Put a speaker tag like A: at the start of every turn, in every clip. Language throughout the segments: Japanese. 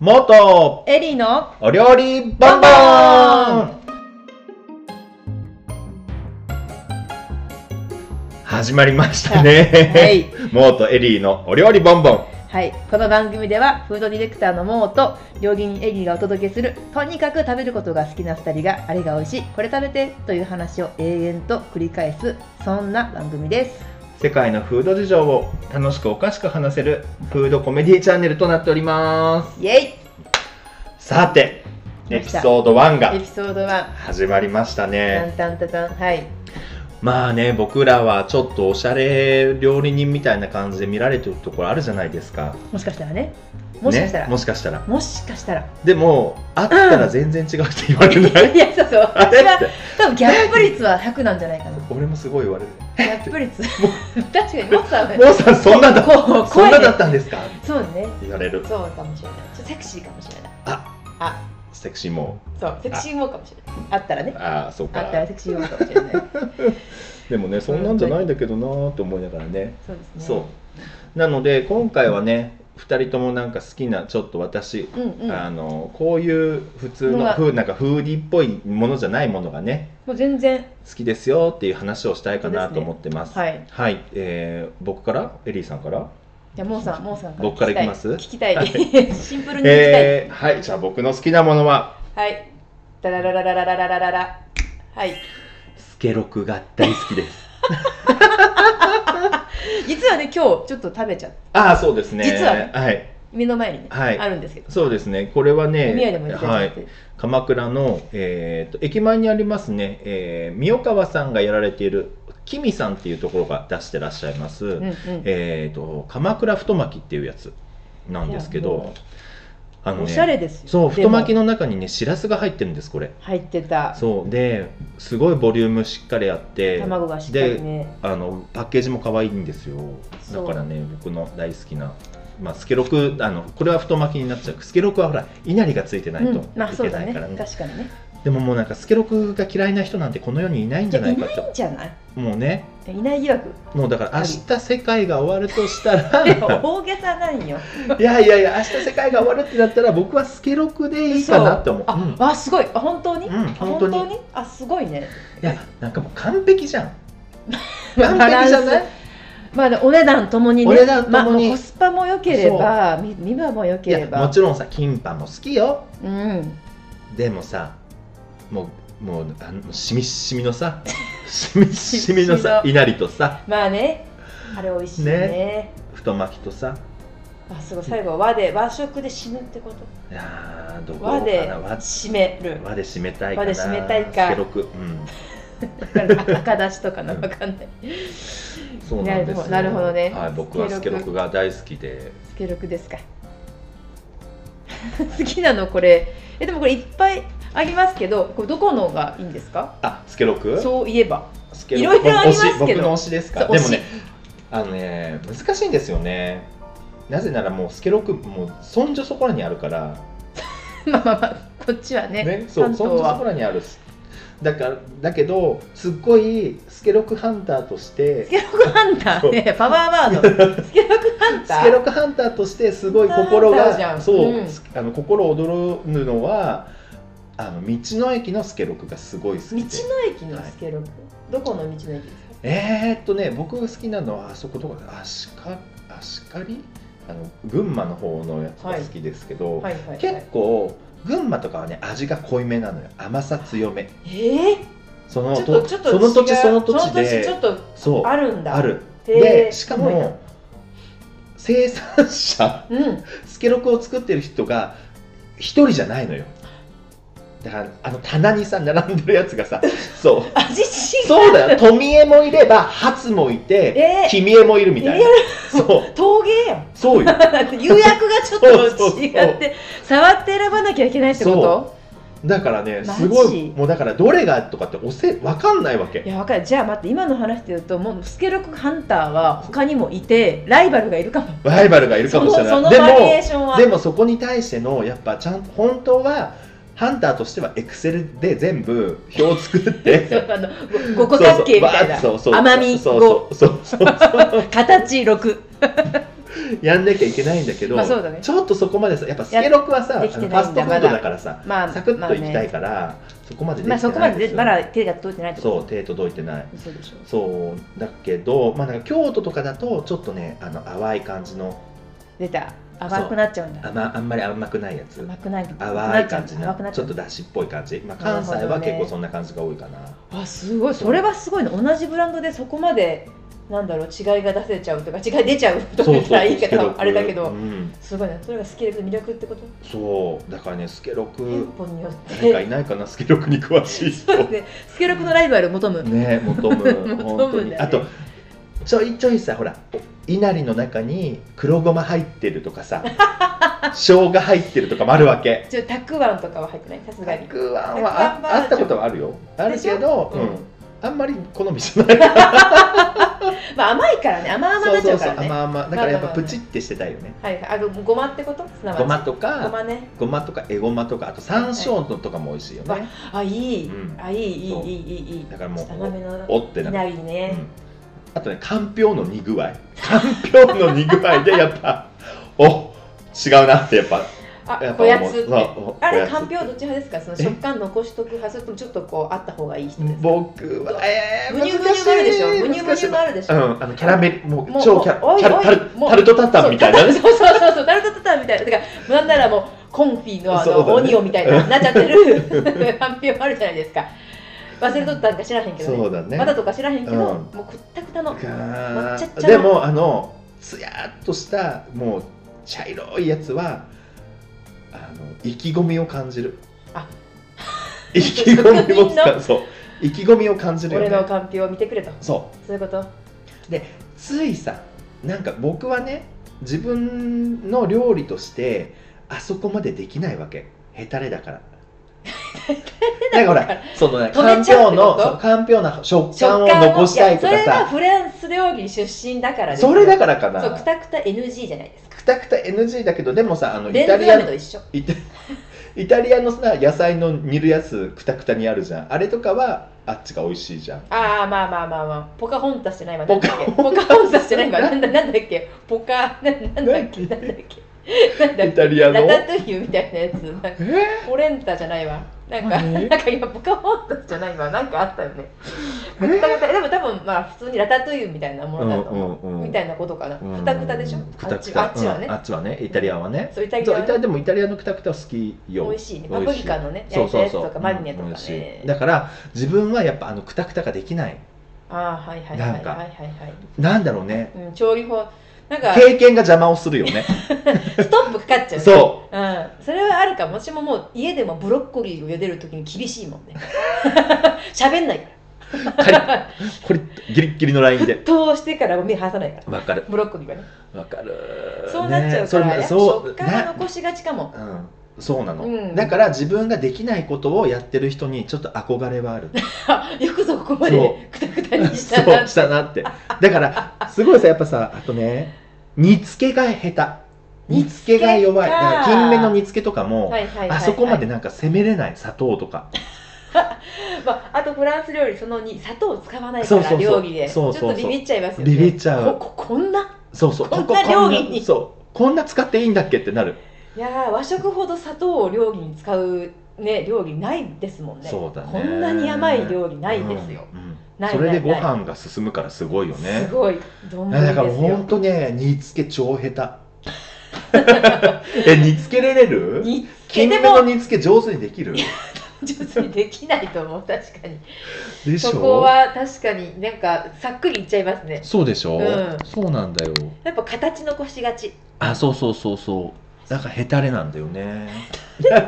A: もっと
B: エリーの
A: お料理バンバン始まりましたね。もっとエリーのお料理バンバン。
B: はい、この番組ではフードディレクターのモーと料理人エリーがお届けするとにかく食べることが好きな2人があれが美味しいこれ食べてという話を永遠と繰り返すそんな番組です
A: 世界のフード事情を楽しくおかしく話せるフードコメディチャンネルとなっておりま
B: イエイ
A: す。さて、
B: 来
A: エ
B: ま
A: ピ
B: した
A: ソード1が
B: エピソード1
A: 始まりました
B: タ
A: ね。
B: ンタンタタンはい
A: まあね、僕らはちょっとおしゃれ料理人みたいな感じで見られてるところあるじゃないですか。
B: もしかしたらねもしかしたら、
A: ねもしかしたら。
B: もしかしたら
A: でも、会ったら全然違 うって言われない
B: いやそうそう
A: あれ
B: 私
A: っ
B: は
A: て
B: 多分ギャップ率は100なんじゃないかな
A: 俺もすごい言われる
B: ギャップ 率確かにモッさんは
A: もうさんそんなだ
B: こう
A: そん
B: 声
A: な
B: で
A: だったんですか
B: そうね
A: 言われる
B: そうかもしれないちょっとセクシーかもしれない
A: あ
B: あ
A: セクシーも
B: そうセクシーもかもしれないあったらね
A: ああそう
B: あ
A: か
B: ったらセクシーもかもしれ ない
A: でもねそんなんじゃないんだけどなーって思いながらね
B: そうですね
A: そうなので今回はね2人ともなんか好きなちょっと私、
B: う、んうん、
A: あ
B: も
A: のこういう普通の
B: のが
A: 風なんかフーディーっぽいものじゃないものがね
B: う全然
A: 好きですよっていう話をしたいかなと思ってます
B: はい
A: はい、えー僕からエリーさんから
B: じゃあモーさんモーさんから
A: 僕から
B: 聞きた
A: いきます
B: 聞きたい、
A: は
B: シンプルに聞きたい、
A: えーはいじゃあ僕の好きなものは
B: はいダララララララララララはい
A: スケロクが大好きです
B: 実はね今日ちょっと食べちゃって
A: ああそうですね
B: 実はね
A: はい
B: 目の前にね、
A: はい
B: あるんですけど
A: そうですねこれはね
B: お宮でもいただ
A: はいい
B: て、、
A: 鎌倉の、えーと駅前にありますね、えー、三川さんがやられているきみさんっていうところが出してらっしゃいます、
B: うんうん
A: えっ、と鎌倉太巻きっていうやつなんですけ
B: いやも
A: どあ
B: おしゃれですよ
A: そう
B: で
A: 太
B: も
A: 巻きの中にねしらすが入ってるんですこれ
B: 入ってた
A: そうですごいボリュームしっかりあって
B: 卵がしっかりね
A: あのパッケージも可愛いんですよだ
B: そう
A: からね僕の大好きな、まあ、スケロクあのこれは太巻きになっちゃうスケロクはほら稲荷がついてないとい
B: うん、まあそ
A: け
B: うだ
A: ない
B: ね
A: からね,、
B: 確かにね
A: でももうなんかスケロクが嫌いな人なんてこの世にいないんじゃないか
B: いいん
A: と
B: じゃない
A: もうね
B: いない疑 惑
A: もうだから明日世界が終わるとした ら
B: でも大げさないよ
A: いやいやいや明日世界が終わるってなったら僕はスケロクでいいかなって思う
B: あ、
A: うん
B: あすごいあ本当に、
A: うん本当に
B: にあすごいね
A: いやなんかもう完璧じゃ ん完璧じゃない
B: まあねお値段ともにね
A: お値段ともに
B: まあ、コスパも良ければみ見場も良
A: い
B: けれ
A: やも
B: ば
A: ちろんさキンパも好きよ
B: うん
A: でもさもうもうあのしみっしみのさしみっしみのさ
B: し
A: いなりとさ
B: まあねあれ美味しいね
A: 太巻きとさ
B: あすごい最後和で和食で死ぬってこと
A: いやーどこか
B: 和で
A: な和
B: 締める
A: 和で締めたいかな
B: 和で締めたいか
A: スケロクうん
B: 赤出しとかな
A: うん
B: わかんない
A: そうなんですよ
B: なるほどね
A: はい、僕はス
B: ス
A: ケ
B: ケロ
A: ロ
B: ク
A: クが大好きで
B: スケロクですか 好きなのこれえでもこれいっぱいありますけどこれどこのがいいんですか
A: あスケロク
B: そういえば
A: スケロ
B: いろいろありますけど
A: 僕の推し僕の推しですか
B: そう
A: でも
B: 推
A: ね
B: し
A: あのね難しいんですよねなぜならもうスケロクもうそんじょそこらにあるから
B: まあまあまあこっちはね
A: ね、そう
B: 関
A: そ
B: 東
A: んなとこ
B: は
A: ろにあるしだからだけどすっごいスケロクハンターとし
B: ス
A: て
B: ケロクハンターねパワーワー ドスケロクハンター
A: スケロクハンターとしてすごい心
B: ハンターじゃ
A: が
B: ん
A: そう、
B: うん
A: あの心躍るのはあの道の駅のスケロクがすごい好き
B: 道
A: で
B: の駅のスケロク、どこの道の駅ですか
A: えー、っとね僕が好きなのはあそこどこだあしかあしかりあの群馬の方のやつが好きですけど、
B: はいはいはい
A: 結構群馬とかはね味が濃いめなのよ甘さ強め
B: ええ
A: その
B: ちょっ
A: と
B: とちょっと
A: その土
B: 違
A: 地
B: う
A: その土地
B: その
A: で
B: ちょっと
A: そう
B: あるんだ
A: ある
B: へー
A: でしか
B: すごいな
A: も生産者
B: うん
A: スケロクを作ってる人が一人じゃないのよだからあの棚にさ並んでるやつが さそう
B: 味違う
A: そうだよ富江もいれば初もいて
B: えー
A: 君江もいるみたいな
B: リ
A: そう
B: 陶芸やん
A: そうよ
B: だって釉薬がち
A: そ
B: ょっ
A: うそうそ
B: と
A: う
B: 違って触って選ばなきゃいけないってこと
A: だからね
B: マジ
A: すごいもうだからどれがとかっておせわかんないわ
B: い
A: け
B: やわかるじゃあ待って今の話で言うともうスケロクハンターは他にもいてライバルがいるかも
A: ライバルがいるかもしれ
B: そ
A: な
B: の
A: い
B: そ
A: で
B: のバリエ
A: も
B: ーションは
A: でもそこに対してのやっぱちゃんと本当はハンターとしてはエクセルで全部表を作っ
B: そう
A: て
B: あの五五個角形みたいな
A: そうそうわーってそうそうそ
B: 甘み
A: うそうそうそうそう
B: 形6
A: やんなきゃいけないんだけど、
B: まあそうだね
A: ちょっとそこまでさやっぱスケロクはさ
B: や
A: あ
B: で
A: のフ
B: きてないんだ
A: ァストフードだからさ、
B: まあ
A: サクッといきたい
B: ま
A: から、そこまで
B: あ
A: できてない
B: ねまあそこまで
A: すよ
B: でまだ手が届いてないって
A: そう
B: こ
A: 手届いてない
B: とそうでしょ
A: そうだけど、まあ、なんか京都とかだとちょっとねあの淡い感じの
B: 出た甘くなっちゃうんだ
A: 甘あんまり甘くないやつ
B: 甘くない
A: 淡い感じ
B: 甘
A: な
B: くなっち
A: ち
B: ゃ
A: ょ
B: う
A: っとだしっぽい感じ、まあ、
B: な
A: 関
B: るほどね
A: 西は結構そんな感じが多いかな
B: あすごいそれはすごいね同じブランドでそこまでなんだろう違いが出せちゃうとか違い出ちゃうと か言ったらいいけ
A: スケロ
B: ど
A: ク
B: あれだけ
A: う
B: ど
A: ん
B: すごいねそれがスケールの魅力ってこと
A: そうだからねスケロ
B: 店
A: ク
B: 舗によっ
A: 誰か
B: て
A: いないかなスケロクに詳しい人
B: そう ですねスケールのライバルを求む
A: ね求む
B: 求む
A: 本当
B: んだよね
A: にあとちょいちょいさほらいなりの中に黒ごま入ってるとか さ生姜入ってるとかもあるわけ
B: ちょたくあんとかは入ってないさすが
A: た
B: に
A: くあん
B: たくあ
A: は
B: んバージョン
A: ああったことはあるよあるけど、
B: う
A: うん
B: ん
A: あんまり好みじゃないから
B: まあ甘いからね甘々に
A: そ
B: な
A: う
B: っち
A: そう
B: ゃうか
A: そう
B: らね
A: 甘々だからやっぱプチってしてたいよね
B: はいはいあごまってことすなわち
A: ごまと
B: ご
A: か
B: まね
A: ごまとかえごまとかあと山椒のとかも美味しいよね、
B: はいあいい、
A: うん
B: あいいいいい
A: そう
B: いいいいい
A: だからもう
B: 甘めの
A: おってな
B: 稲
A: んか、
B: 荷
A: う
B: ね、
A: ん、あとねかんぴょうの煮具合 かんぴょうの煮具合 でやっぱお違うなってやっぱや
B: あ
A: っぱ
B: こやつって
A: そう
B: あ
A: お
B: れ
A: やつ
B: かんぴょうどっち派ですかその食感残しとく派それともちょっとこうあった方がいい人ですか
A: 僕はえー、
B: むにゅむにゅがあるでしょむ
A: 難い
B: にゅむにゅがあるでし
A: う
B: ょ、
A: んあのキャラメルも
B: もう
A: う超キャ
B: もう
A: ラキャ
B: お
A: ラ
B: いおい
A: タル
B: もう
A: タルトタタンみたいなね
B: そうそうそうそうタルトタタンみたいなてかなんならもうコンフィのあ
A: そうだ
B: の
A: ね
B: オニオンみたいななっちゃってる かんぴょうあるじゃないですか忘れとったんか知らへんけど、ね
A: そうだね
B: まだとか知らへんけど、
A: うん
B: もうくったくたの抹
A: が
B: 茶茶の
A: でもあのつやっとしたもう茶色いやつはあの意気込みを感じる
B: あ
A: 意気込み を
B: 職人の
A: そう意気込みを感じるよ
B: 俺の
A: ね
B: かんぴょうを見てくれと
A: そ
B: そういうこと
A: うついさなんか僕はね自分の料理としてあそこまでできないわけへたれだからだからほらそのね
B: 止
A: か
B: め
A: ん
B: ち
A: ぴ
B: ゃ
A: ょ
B: うっ
A: う
B: てこと
A: のそうかんぴょうの食
B: 食感
A: 感
B: を
A: を残したいと
B: や
A: か
B: それは
A: さ
B: フランス料理出身だからですよ
A: それだからかな
B: そうくたくた NG じゃないですか
A: くたくた NG だけどでもさあのイ
B: レン
A: タ
B: ズ
A: リア
B: 飴
A: の
B: と一緒
A: イタイタリアのさ野菜の煮るやつくたくたにあるじゃんあれとかはあっちが美味しいじゃん
B: ああまあまあまあまあポカホンタしてないわなん
A: ポ
B: だ
A: カ
B: っけポカホンタしてないわなんだなんだっけポカななんだっけなんだっけなんだっ
A: イタリア
B: けラ
A: の
B: タトゥイユみたいなやつなんか
A: えー
B: ポレンタじゃないわなんか
A: 何
B: なんか今ポカホンタじゃないわなんかあったよね
A: え
B: くたくたでも多分まあ普通にラタトゥイユみたいなも
A: う
B: のだ
A: ん
B: と
A: う
B: 思う、
A: んうん
B: みたいなことかな
A: うん
B: くたくたでしょ
A: くたくた
B: あっちあっちはね、
A: うんあっちはねイタリアはね
B: そうイタリア
A: そう
B: は
A: イタリアでもイタリアのくたくたは好きよ
B: 美味しい
A: 美
B: ねパ
A: 味
B: プリカのね
A: そ
B: 焼
A: う
B: いた
A: そう
B: やつ
A: そ
B: と
A: う
B: かマリネとか
A: うん美味し
B: ね
A: いだから自分はやっぱあのくたくたができない
B: ああはいはいはいはい
A: なんか
B: はいはい
A: なんだろうね
B: うん、調理法なんか
A: 経験が邪魔をするよ ね
B: ストップかかっちゃうね
A: そう
B: うん、それはあるかも私ももう家でもブロッコリーを茹でるときに厳しいもん ね喋んないから
A: カリッこれギリッギリのラインで
B: 沸騰してから目離さないから
A: わかる
B: ブロッコリーはね
A: わかる
B: そうなっちゃう
A: ねそ
B: か
A: れね
B: ら、やっぱ
A: そう
B: 食感が残しがちかも
A: なうんそうなの、
B: うん
A: だから自分ができないことをやってる人にちょっと憧れはある
B: あよくぞここま
A: そ
B: でくたくたに した
A: そ
B: な
A: うしたなってだからすごいさやっぱさあとね煮つけが下手煮つけが弱い
B: 煮
A: だ
B: つけか
A: から金目の煮つけとかも、
B: はいはいはいはい
A: あそこまでなんか攻めれない砂糖とか
B: まあ、あとフランス料理その2砂糖を使わないか
A: そうそう
B: ら
A: そう
B: 料理でち
A: そ
B: ょ
A: う
B: っ
A: そうそう
B: とビビっちゃいますよね
A: ビビっちゃう
B: こここんな
A: そうそう
B: こんな
A: こ
B: 料理に
A: そうこんな使っていいんだっけってなる
B: いやー和食ほど砂糖を料理に使うね料理ないですもんね
A: そうだね
B: こんなに甘い料理ないですよ、、
A: うんうん
B: ない
A: それでご
B: ない
A: 飯が進むからすごいよね
B: すごいどんぶり
A: だから
B: です
A: 本
B: よ
A: 当ね煮つけ超下手 え煮つけられる
B: 煮つけ
A: 金
B: で
A: 目の
B: も
A: 煮つけ上手にできる
B: 上手にできないと思う確かに
A: でしょ
B: そこは確かになんかさっくりいっちゃいますね
A: そうでしょ、
B: うん
A: そうなんだよ
B: やっぱ形残しがち
A: あそうそうそうそうなんかへたれなんだよね
B: な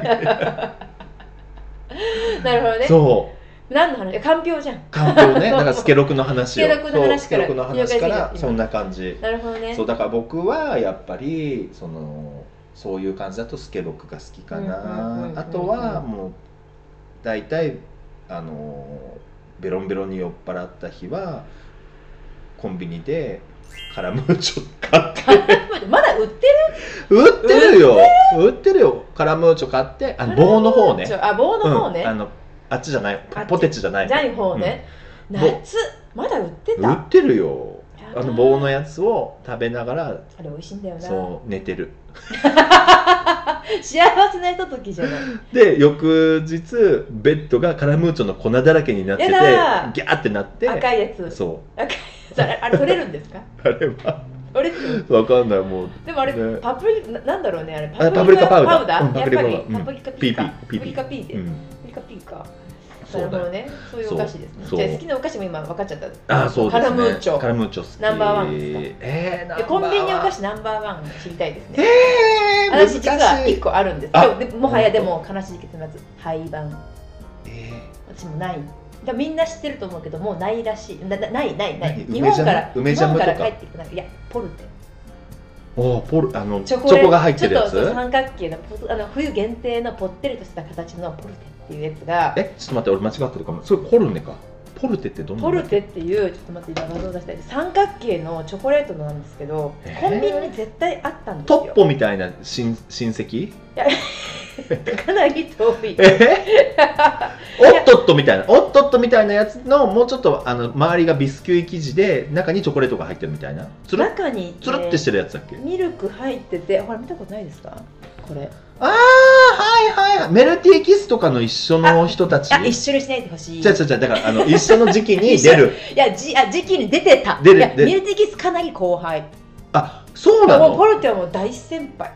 B: るほどね
A: そう
B: 何の話かんぴょうじゃん
A: 環境 ねだからスケロクの話を
B: スケロクの
A: そうス
B: 話から
A: ケロクの話か
B: 了解
A: ら
B: です
A: そんな感じ
B: なるほどね
A: そうだから僕はやっぱりそのそういう感じだとスケロクが好きか
B: うんうんうんうんうん
A: なあとはもう大体あのベロンベロンに酔っ払った日はコンビニでカラムーチョ買って
B: まだ売ってる
A: 売ってるよ売ってるよカラムーチョ買ってあの棒の方ね
B: ちょあ棒の方ね、
A: うん、あのあっちじゃない
B: あっち
A: ポテチじゃない
B: じゃない方ね、
A: うん
B: 夏まだ売ってた
A: 売ってるよ
B: いや
A: あの棒のやつを食べながら
B: あれ美味しいんだよな
A: そう寝てる
B: 幸せなひとときじゃない
A: で翌日ベッドがカラムーチョの粉だらけになっててギ
B: やだ
A: ャーってなって
B: 赤いやつ
A: そ
B: それあれ取れるんですか
A: うあれは
B: 取れる
A: わかんないもう
B: でもあれ、
A: ね
B: パプリななんだろうねあれ
A: あパプリカパウダーうんパ
B: やっ
A: プリ
B: ぱ
A: カパウダー
B: り
A: うん
B: パプリカピーか
A: ピーピー
B: パプリカピーで、
A: うん
B: パプリカピーかな
A: そ
B: る
A: う
B: ほ
A: だよ
B: どねそういうお菓子ですね
A: そう
B: じゃあ好きなお菓子も今分かっちゃったで
A: あーそうですね
B: カラムーチョ
A: カラムーチョ好き
B: ナンバーワンです
A: かえー、ナンバーワン
B: コンビニお菓子ナンバーワン知りたいですね
A: えー、難し
B: 私
A: い
B: 実は1個あるんです
A: あ
B: でもはやでも悲しい結末廃盤
A: え
B: 私もないだみんな知ってると思うけどもうないらしいななないないな
A: ないい
B: 日本から
A: 梅
B: 日
A: ジャム
B: 本から
A: 梅ジャムとか
B: 帰ってきてないいやポルテ
A: ー、おーポルあのチ
B: チ
A: ョ
B: ョコレート
A: コが入ってるや
B: ちょっとそう
A: つ
B: 三角形のポツあの冬限定のぽってりとした形のポルテっていうやつが
A: えちょっと待って俺間違ってるかもそれポルネかポルテってどんな
B: ポ
A: の
B: ルテっていうちょっと待って今画像出したい三角形のチョコレートのなんですけど
A: えー
B: コンビニに絶対あったんですよ
A: トッポみたいな親親戚
B: かなり遠い
A: え おっとっとみたいなおっとっとみたいなやつのもうちょっとあの周りがビスキュイ生地で中にチョコレートが入ってるみたいなつる
B: 中に、ね、
A: つるってしてるやつだっけ
B: ミルク入っててほら見たことないですかこれ
A: ああはいはいメルティーキスとかの一緒の人たち
B: あ一緒にしないでほしい
A: じゃじゃじゃだからあの一緒の時期に出る
B: いやじあ時期に出てた
A: 出る
B: いや
A: 出る
B: ミルティキスかなり後輩
A: あそうな
B: もうポ
A: の
B: ルテはもう大先輩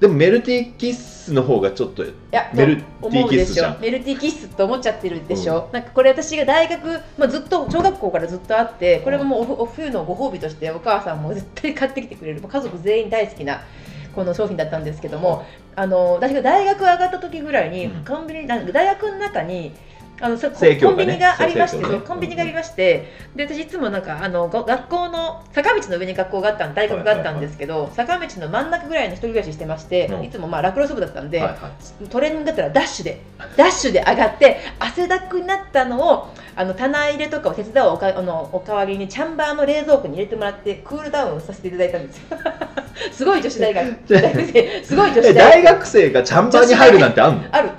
A: でもメルティーキスの方がちょっと
B: いや
A: メルティ
B: 思
A: ー
B: う
A: キ
B: で
A: ス
B: し
A: じ
B: ょ
A: ゃん
B: メルティーキッスって思っちゃってるでしょ、なんかこれ私が大学、まあ、ずっと小学校からずっとあってこれももうおふお冬のご褒美としてお母さんも絶対買ってきてくれるもう家族全員大好きなこの商品だったんですけどもあの私が大学上がった時ぐらいに
A: うん
B: コンビニなんか大学の中にあのそ
A: 生協
B: コ
A: がね
B: ンビニがありまして
A: そう
B: そうコンビニがありましてで私いつもなんかあのご学校の坂道の上に学校があったん大学があったんですけど坂道の真ん中ぐらいの一人暮らししてまして、
A: うん
B: いつもまあラクロス部だったんで、
A: はいはい
B: トレーニングだったらダッシュでダッシュで上がって汗だくになったのをあの棚入れとかを手伝うおかあのおかわりにチャンバーの冷蔵庫に入れてもらってクールダウンさせていただいたんですよ すごい女子大学
A: じゃあ
B: 大学生 すごい女
A: え
B: 子大
A: 大学生がチャンバーに入るなんてあんの
B: ある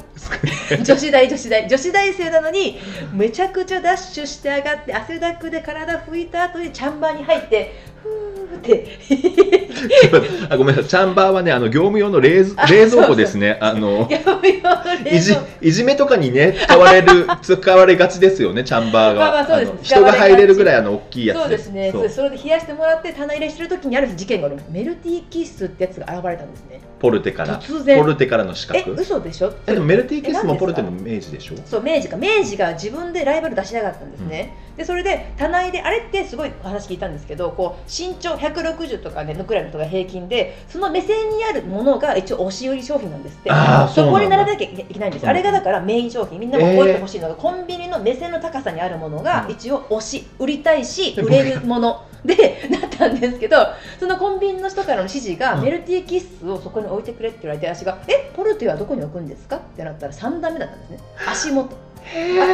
B: 女子大女子大女子大生なのにめちゃくちゃダッシュして上がって汗だくで体拭いた後にチャンバーに入ってふーって
A: あごめんなさいチャンバーはねあの業務用の冷蔵冷蔵庫ですねあの
B: やめよう冷
A: いじ
B: 蔵庫
A: いじめとかにね使われ る使われがちですよねチャンバーが、
B: まあまあそうです
A: あの人が入れるぐらいあの大きいやつ
B: そうですねそ
A: そう
B: うですそれで冷やしてもらって棚入れしてる時にある日事件があるメルティーキッスってやつが現れたんですね
A: ポルテから
B: 突
A: ポ
B: 然
A: ルテからの資
B: え
A: 格
B: 嘘でしょ
A: えでもメルティーキスも
B: え何ですか
A: ポルテも明治でしょ
B: そう明治か明治が自分でライバル出しやがったんですね、でそれで棚入れあれってすごいお話聞いたんですけどこう身長160とかねのくらいの人が平均でその目線にあるものが一応押し売り商品なんですって
A: あーそうなんだ
B: こに並べなきゃいけないんです、
A: うん
B: あれがだからメイン商品みんなも覚えてほしいのが、コンビニの目線の高さにあるものが
A: うん
B: 一応押し売りたいし
A: で
B: 売れるもの でなったんですけどそのコンビニの人からの指示が、
A: うん
B: メルティーキッスをそこに置いてくれって言われて私が「えポルテはどこに置くんですか?」ってなったら3段目だったんですね足元あ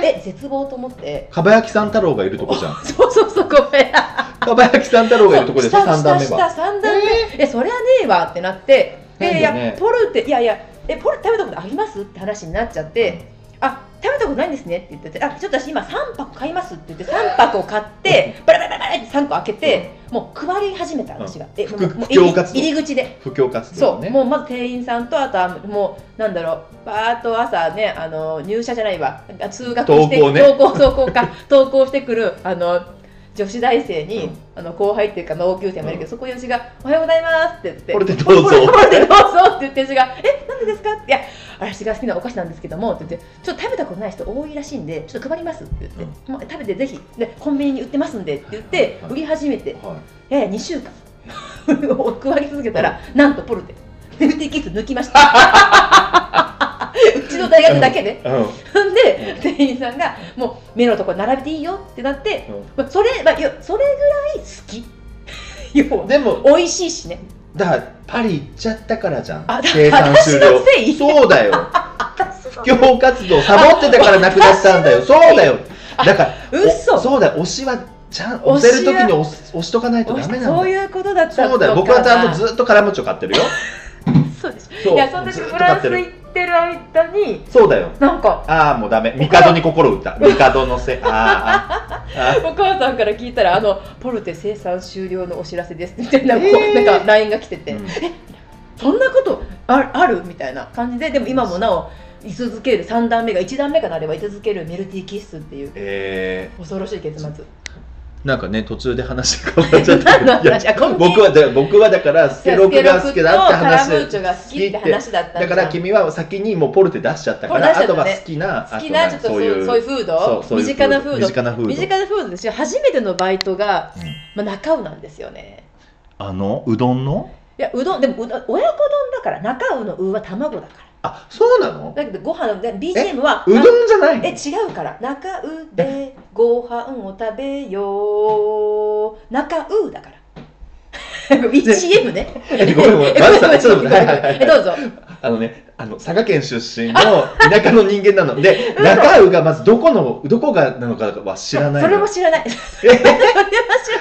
B: え絶望と思って
A: かばやきさん太郎がいるとこじゃん
B: そうそうそうごめん
A: かばやきさん太郎がいるとこでしょ
B: そう下
A: 3段目
B: 下
A: は
B: 下三段目、えそりゃねえわってなってで、
A: ない
B: い
A: よね
B: やポルテいやいやえポルテ食べたことありますって話になっちゃって、あ食べたことないんですねって言っててあちょっと私今3箱買いますって言って3箱を買ってバラバラバラって3個開けて、もう配り始めた私が、えもう
A: 副
B: もう
A: 布教活動
B: 入り入り口で
A: 布教活
B: そ
A: 動
B: う、
A: ね
B: もうまず店員さんとあとはもうなんだろうバーッと朝ねあの入社じゃないわあ通学して
A: 登校ね
B: 登校登 校か登校してくるあの女子大生に、
A: うん
B: あの後輩っていうか同級生もいるけど、そこに私が「おはようございます」って言って「
A: これでどうぞ
B: これでどうぞ」って言って私が「えなんでですか?」って「いや私が好きなお菓子なんですけども」って言って「ちょっと食べたことない人多いらしいんでちょっと配ります」って言って「もう食べてぜひでコンビニに売ってますんで」って言って
A: はい
B: 売り始めて
A: はい
B: やや2週間 配り続けたらなんとポルテメルティーキッス抜きました うちの大学だけで、
A: いうん
B: ほんで店員さんがもう目のとこ並べていいよってなって、まあ、それ、まあ、いやそれぐらい好き 要
A: うん
B: は
A: でも
B: 美味しいしね
A: だからパリ行っちゃったからじゃん
B: あだ
A: 生産
B: 私
A: 終了
B: のせい
A: そうだよ
B: 私
A: 布
B: の
A: 教活動サボってたからなくなったんだよそうだよ
B: あ
A: だから
B: 嘘
A: おそうだよ推しはちゃん
B: 推
A: 押
B: しは
A: せる時に押す押しとかないとダメなん
B: そう
A: だよ
B: いうことだった
A: そうだよ僕はちゃんとずっとカラムーチョ買ってるよ
B: そうでし
A: そ
B: ょ
A: う
B: いやその時
A: ずっと
B: フ
A: 買
B: ラン
A: って
B: ス
A: る
B: 行ってる間に
A: そうだよ
B: なんか
A: ああもうダメ帝に心打った帝のせいあーああ
B: お母さんから聞いたらあのポルテ生産終了のお知らせですみたいな,、
A: えー
B: なんか LINE が来てて、
A: うん
B: そんなことああるみたいな感じででも今もなお居続ける3段目が1段目がなれば居続けるメルティーキッスっていう
A: え
B: 恐ろしい結末
A: ー、なんかね途中で話が変わっちゃ ったけど
B: 何の話
A: いや
B: あコンビニ
A: 僕はだ僕はだからスケロクが好きだって
B: スケロクとカラムー
A: 話
B: チョが好きって話だった
A: だ
B: んじ
A: か
B: ゃ
A: ら
B: ん
A: 君は先にもうポルテ出しちゃったから、
B: ポ
A: あ
B: ルテ出しちゃ
A: と
B: った
A: は
B: ね
A: 好きな
B: 好きなちょっとそういうそういうフード
A: そうそういう
B: 身近なフード
A: 身近なフード
B: 身近なフードですよ初めてのバイトが、
A: うん
B: まあ、中尾なんですよね
A: あのうどんの
B: いやうどんでもうどん親子丼だから中尾の「う」は卵だか
A: あそうなの
B: らだけどご飯ので BGM は
A: うどんじゃない
B: え
A: の
B: 違うから中うでご飯を食べよう中うだから BGM ね
A: えごめんごめん
B: え
A: マルさんちょっと
B: ごめんごめん
A: 待ってはいはいはい
B: えどうぞ
A: あのねあの佐賀県出身の田舎の人間なので中尾がまずどこのどこがなのかは知らない
B: それも
A: の
B: 知らな いそ
A: え
B: れは知らな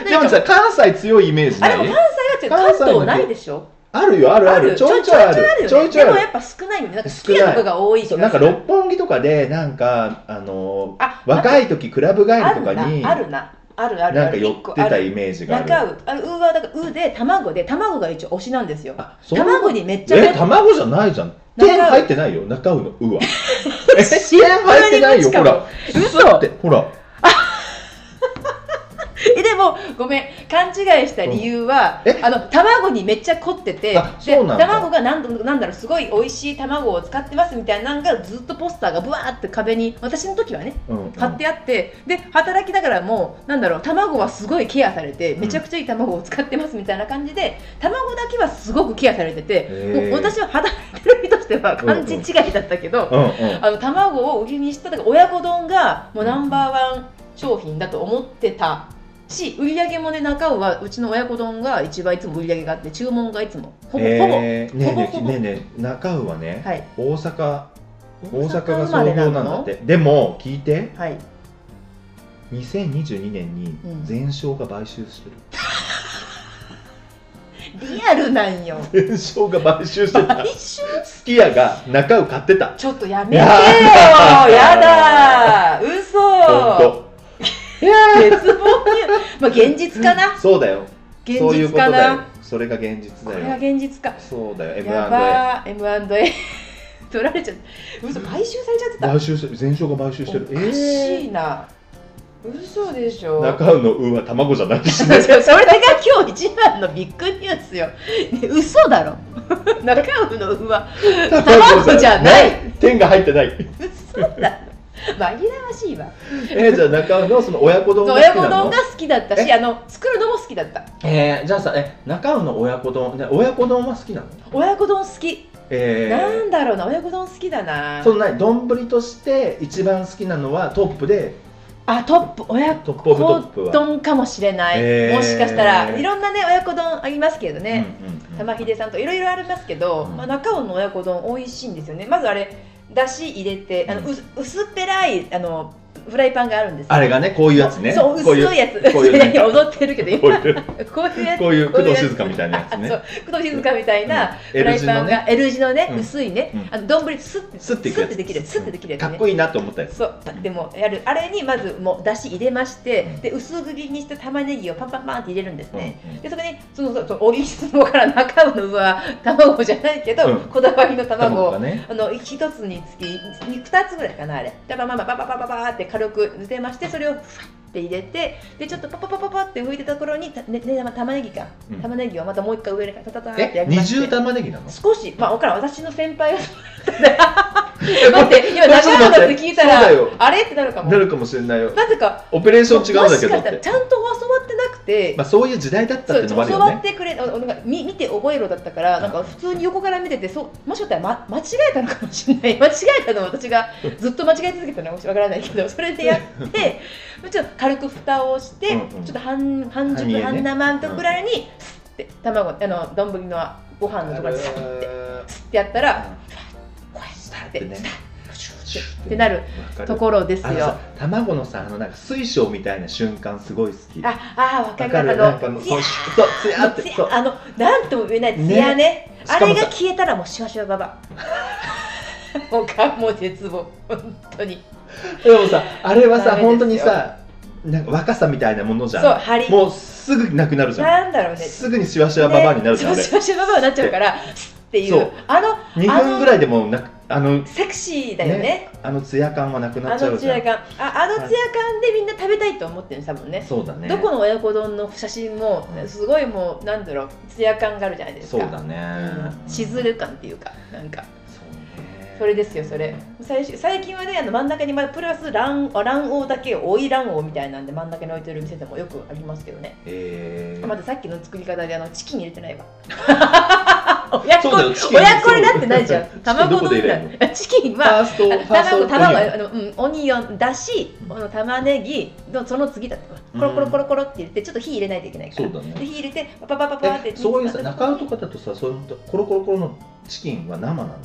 B: い
A: でもさ関西強いイメージ
B: あ
A: な
B: でも
A: い
B: 関西は違う関東ないでしょ
A: あるよあるあるちょいちょいある
B: ち
A: ち
B: ょ
A: ょ
B: い
A: い
B: ち
A: ち
B: ょ
A: ょい
B: いあるよねでも
A: あ
B: や
A: る
B: っぱ少ないよねなんか好
A: 少
B: き
A: ない
B: なとこが多い
A: そうなんか
B: 気がする
A: 六本木とかでなんかあの
B: あ
A: 若い時クラブ帰り
B: あ
A: と
B: る
A: かに
B: なあるなあるある
A: な
B: あ
A: んか
B: る
A: 寄
B: 一
A: っ
B: 個
A: て
B: あ
A: た
B: る
A: イメージがある
B: 中うあうはだからうで卵で卵が一応推しなんですよ
A: あそういうこと
B: 卵にめっちゃ
A: え卵じゃないじゃん
B: 中尾
A: 点入ってないよ中尾の「 う」はえ点入ってないよほら
B: 嘘
A: ってほら
B: えでもごめん勘違いした理由は、
A: うんえ
B: あの卵にめっちゃ凝ってて
A: あ
B: で
A: そうなんだ
B: 卵がなんだなんだろうすごい美味しい卵を使ってますみたいなのがずっとポスターがぶわーって壁に私の時はね
A: うんうん
B: 貼ってあって、で働きながらもうなんだろう卵はすごいケアされて
A: ん
B: めちゃくちゃいい卵を使ってますみたいな感じで卵だけはすごくケアされてて
A: へ
B: も
A: ー
B: う私は働いてる身としては勘違いだったけど、
A: うんうん
B: あの卵を売りにしただから親子丼がもうナンバーワン商品だと思ってたし売り上げもね中尾はうちの親子丼が一番いつも売り上げがあって注文がいつもほぼほぼ、
A: えーねえね
B: ほぼ
A: え
B: ほぼ
A: ねえねえ中尾はね、
B: はい
A: 大阪大阪が
B: 生
A: 創
B: ま
A: 業
B: れ
A: な
B: の
A: んだってでも聞いて
B: はい
A: 2022年に
B: うん
A: 全商が買収してる、
B: リアルなんよ
A: 全商が買収してた
B: 買収
A: すき家が中尾買ってた
B: ちょっとやめてよ
A: いやー
B: やだー嘘
A: 本当いや
B: 絶望にまあ現実かな
A: ーそうだよ
B: 現
A: そういう
B: 実
A: こと
B: か
A: だよ
B: な
A: それが現実
B: これ
A: だ
B: が
A: よ
B: 現実か
A: そうだよ
B: や
A: M&A
B: ばー M&A 取られちゃった嘘買収されちゃってた
A: 買収してる全商が買収してる
B: おかし
A: え
B: いな、嘘でしょ
A: ー、中尾の「う」は卵じゃないしね
B: それが今日一番のビッグニュースよ、ね、嘘 だろ中尾のうわ 卵じゃない
A: 点が入ってない
B: 嘘だろ紛らわしいわ
A: えー、じゃあ中尾のその親子丼が好
B: 親
A: き
B: 子
A: な
B: 丼
A: の
B: が好きだったし
A: え
B: あの作るのも好きだった
A: えー、じゃあさえ中尾の親子丼ね親子丼は好きなの
B: 親子丼好き、
A: え
B: な
A: ー
B: んだろうな親子丼好きだな
A: その何丼として一番好きなのはトップで
B: あトップ親
A: ト
B: 子
A: ップオブトップは
B: 丼かもしれない、
A: えー
B: もしかしたらいろんなね親子丼ありますけどね、
A: うんうんうん
B: 玉秀さんといろいろありますけど、
A: うん
B: まあ、中尾の親子丼美味しいんですよねまずあれだし入れてあの、うす薄っぺらいあのフライパンがあるんですよ
A: あれがねこういうやつね
B: そう
A: こ
B: 薄
A: ういう
B: いやつ
A: こういうね
B: 踊ってるけど
A: こう
B: 今
A: いう
B: こういうやつ
A: こういう工藤静
B: こ
A: 香
B: ういう
A: みたいなやつね
B: あ そう工藤静香みたいなフラ
A: L
B: イ
A: 字
B: パ
A: の
B: ンが
A: ね
B: L 字のね
A: うん
B: 薄いね
A: う
B: あの丼スッて
A: スッていく
B: ス
A: やつ
B: ッてできるスッてできるやつ
A: か
B: ね
A: っこいいなと思ったやつ
B: そうでもやるあれにまずもうだし入れまして、
A: うん
B: で薄切りにした玉ねぎをパンパンパンって入れるんですね、
A: うんうん
B: でそこにそのそのオリジナルから中身のは卵じゃないけど、
A: うん
B: こだわりの卵
A: 卵
B: を
A: がね
B: あの一つにつきに二つぐらいかなあれパパパパパパパパパって軽く茹でましてそれをふわって入れてでちょっとパパパパパって浮いてたところにた、ねね、玉ねぎか、
A: うん
B: 玉ねぎをまたもう一回上からタタタってや
A: え
B: りま
A: 二
B: して
A: 重玉ねぎなの
B: 少しまあ分からん私の先輩が
A: ちょっと待っ
B: 待って今中身
A: て
B: だって聞いたら
A: そうだよ
B: あれってなるかも
A: なるかもしれないよ
B: なぜか
A: オペレーション違うんだけどっ
B: もしかしたら
A: て
B: ちゃんと教わってなくて、
A: まあそういう時代だったっ
B: そ
A: て
B: う
A: の
B: 教
A: もある
B: わ
A: よ
B: っ
A: ね
B: てくれおおなんか見見て覚えろだったからなんか普通に横から見ててそうもしかしたら、ま、間違えたのかもしれない 間違えたの私がずっと間違え続けたのかもしわからないけどそれでやって ちょっと軽く蓋をして、
A: うんうん
B: ちょっと半半熟
A: 半煮えね
B: 半生のところに、スッて卵あの丼のご飯のところにスッスッてやったらこうやって
A: ね
B: ってなるところです
A: あの
B: よ
A: さ。卵のさあのなんか水晶みたいな瞬間すごい好き
B: ああーわか
A: わ
B: る
A: かるなん
B: あ
A: かも
B: の
A: う
B: いや
A: そうそうつや って
B: つ
A: そ
B: や
A: う
B: あのなんとも言えないツヤね
A: し
B: あ
A: か
B: れ
A: も
B: が
A: さ
B: 消えたらもうシュワシュ ワババアもうかもう絶望本当に
A: でもさあれは
B: ダ
A: さ
B: メですよ
A: 本当にさなんか若さみたいなものじ
B: そう
A: ゃん
B: 張り
A: もうすぐなくなるじゃん
B: なんだろうね
A: すぐにしわしわババアになるじゃん、
B: ね
A: ね、
B: そうシワシワババアになっちゃうからってい
A: そうう
B: あの
A: あれ2分ぐらいでもうなくあの
B: セクシーだよね
A: あのツヤ感はなくな
B: あ
A: っちゃ
B: の
A: う
B: ツ
A: じゃ
B: ヤ
A: ん
B: 感ああのツヤ感でみんな食べたいと思ってるんです多分ね
A: そうだね
B: どこの親子丼の写真もすごいもうなんだろうツヤ感があるじゃないです
A: そう
B: か
A: だね
B: うんしずる感っていうかなんか
A: そうね
B: それですよそれ最初最近はねあの真ん中にまだプラス卵あ卵黄だけ追い卵黄みたいなんで真ん中に置いてる店でもよくありますけどね
A: えー
B: まださっきの作り方であのチキン入れてない わ親子
A: そうだよチキン
B: 親子になってないじゃん
A: そう
B: 卵
A: チキンどこで入
B: 丼ぐ
A: れ
B: ら
A: るの
B: いチキンは
A: ファーストファース
B: 卵
A: ト
B: 卵
A: オニオン
B: あの、うん、オニオンだしこの玉ねぎのその次だったわコロコロコロコロって入れてちょっと火入れないといけないから
A: そうだね
B: で火入れてパパパパパっ
A: え
B: て
A: そういうさ中尾とかだとさそういうのコロコロコロのチキンは生なの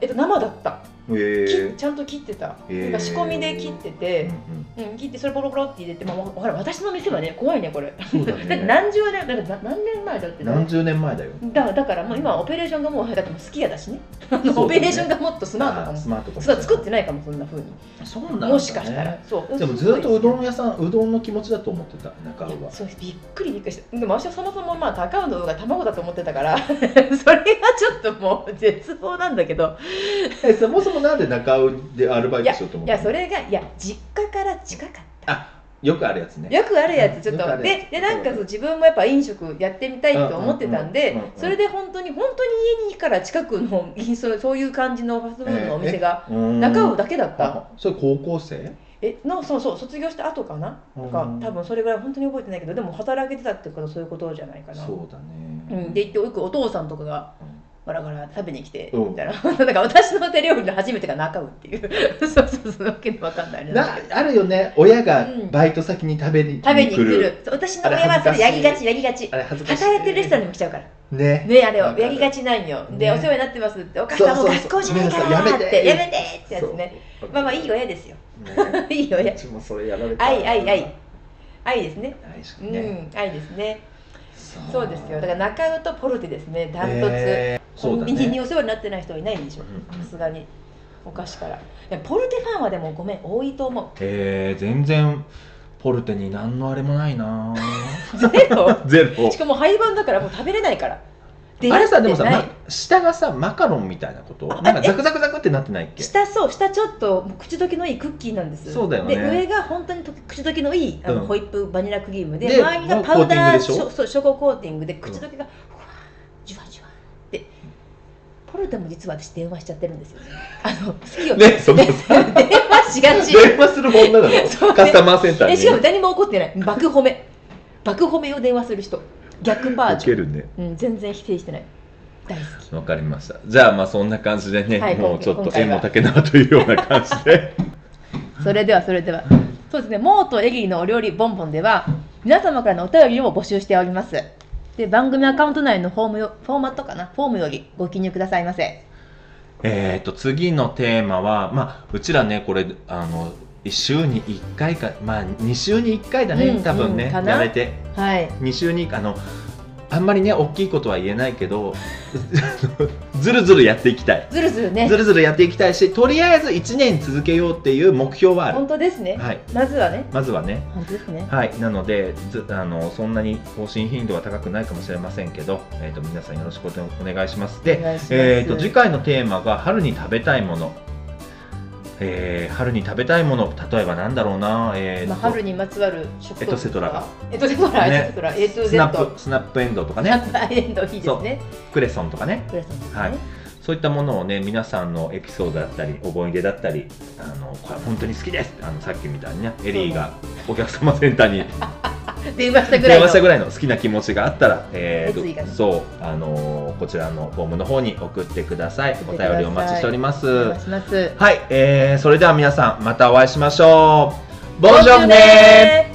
B: えっと生だった、
A: へ
B: き
A: え
B: ちゃんと切ってた、
A: へー
B: なんか仕込みで切ってて、うん切ってそれボロボロって入れてまあわわからん私の店はね怖いねこれ、
A: そうだ
B: だって
A: ね
B: 何十年だってな何年前だってね
A: 何十年前だ よ
B: だだからもう今はオペレーションがもうだってもう好きやだしねあの
A: そうだね
B: オペレーションがもっとスマートか
A: あ
B: も
A: スマートかも
B: そう作ってないかもそんな風に
A: そうなんだね
B: もしかしたらそう
A: でもずっとう
B: い
A: どん屋さんうどんの気持ちだと思ってた中
B: や
A: 尾は
B: そうびっくりびっくりしたでも私はそもそもまあ高尾のうどんが卵だと思ってたから それがちょっともう絶望なんだけど
A: えそもそもなんで中尾でアルバイトしようと思っ
B: い
A: た
B: や
A: の
B: それがいや実家から近かった
A: あよくあるやつね
B: よくあるやつちょっ
A: よくあ
B: と
A: るや
B: で
A: つ
B: でなんかそう自分もやっぱ飲食やってみたいと思ってたん
A: うん
B: で
A: うんうんうんうん
B: それで本当に本当に家にから近くのい そうそういう感じのファストフードのお店が中尾
A: だ
B: だけだった
A: それ高校生
B: えのそうそう卒業した後かな
A: なん
B: とか多分それぐらい本当に覚えてないけどでも働けてたってことはそういうことじゃないかな
A: そうだね
B: うん、でよくお父さんとかが
A: うん
B: ガラガラ食べに来て
A: うん
B: みたいな なんか私の手料理の初めてが中尾っていうそう そうそうわけのわかんないあれなんだ
A: な
B: けど
A: あるよね親が
B: うん
A: バイト先に食べに
B: 食べに来
A: 来る
B: るそう私の親はそれやりがちやりがち
A: あれ恥ずかしい
B: 働いてるレストランにも来ちゃうから
A: ね
B: ねあれ
A: わ
B: を
A: かる
B: やりがちなんよで
A: ね
B: お世話になってますってお母さんも
A: そううそうそう
B: 学校じゃないから
A: やめ
B: っ
A: ろ
B: て
A: やめて
B: やめてってやつね
A: そう
B: まあまあいい親ですよ
A: ね
B: いいう親
A: ちもそれやられた
B: 愛愛愛愛ですね
A: 愛しか
B: う
A: ね
B: ん愛ですね
A: そ
B: そうですよだから中野とポルテですねダントツ、
A: えー
B: コ
A: そう
B: ン
A: だ
B: ビニに
A: ね
B: お世話になってない人はいないんでしょ
A: うんうん
B: さすがにお菓子からいやポルテファンはでもごめん多いと思
A: えー全然ポルテに何のあれもないな
B: うゼ ロ
A: ゼロ
B: しかも廃盤だからもう食べれないから出
A: あ
B: 会
A: れ
B: って
A: さでもさ、
B: ない
A: ま下がさマカロンみたいなこと
B: あ
A: なんか
B: え
A: ザクザクザクってなってないっけ
B: 下そう下ちょっともう口どけのいいクッキーなんです
A: そうだよね
B: で上が本当にと口どけのいいあの、
A: うん
B: ホイップバニラクリームで
A: で
B: 周りが
A: もう
B: パウダ
A: コーティング
B: ー
A: でしょ
B: しょそうチョココーティングで口どけがふわーじゅわじゅわってポルテも実は私電話しちゃってるんですよねあの好きよ
A: ねそのさ
B: 電話しがち
A: 電話する女な
B: そうね
A: のカスタマーセンターに
B: えしかも誰も怒ってない爆褒め爆褒めを電話する人逆バー
A: ウ
B: ジョ
A: ケるね
B: ン、うん、全然否定してない大好き
A: わかりましたじゃあまあそんな感じでね、
B: はい
A: も
B: 今
A: うちょっ
B: 今
A: と
B: 回
A: 縁
B: は
A: も竹縄というような感じで
B: それではそれではそうですね「モーとエリーのお料理ボンボン」では皆様からのお便りを募集しておりますで番組アカウント内のフォームよフォーマットかなフォームよりご記入くださいませ
A: えっと次のテーマはまあうちらねこれあの週に1回かまあ2週に1回だね、
B: うん
A: 多分
B: うん
A: ね
B: かな
A: やれて
B: はい
A: 2週にあのあんまりね大きいことは言えないけど ずるずるやっていきたい
B: ずるずるね
A: ずるずるやっていきたいしとりあえず1年続けようっていう目標はある
B: 本当ですね、
A: はい
B: まずはね
A: まずはね
B: 本当ですね
A: はい、なのでずあのそんなに更新頻度は高くないかもしれませんけど、えー、と皆さんよろしくお願いします。
B: お
A: で、
B: 願いします
A: えー、と次回のテーマが春に食べたいもの、えー春に食べたいもの例えばなんだろうな、えーと
B: まあ、春にまつわる食
A: エトセトラが
B: エトセトラ、
A: ね
B: エトセトラ A to Z
A: スナップスナップエンドウとかね
B: アイレンドいいですね
A: クレソンとかね
B: クレソンですね
A: はいそういったものをね皆さんのエピソードだったり思い出だったりあのこれ本当に好きですあのさっきみたいにねエリーがお客様センターに
B: 電話したぐらい
A: 電
B: の
A: 話したぐらいの好きな気持ちがあったら、え
B: 熱意が
A: ー、
B: ね
A: そう、あのーこちらのフォームの方に送ってください。
B: 送
A: お
B: ってください
A: 便りお待ちしております。
B: お願
A: はい
B: します
A: い、えー、それでは皆さん、またお会いしましょう。ボンジョンです。
B: す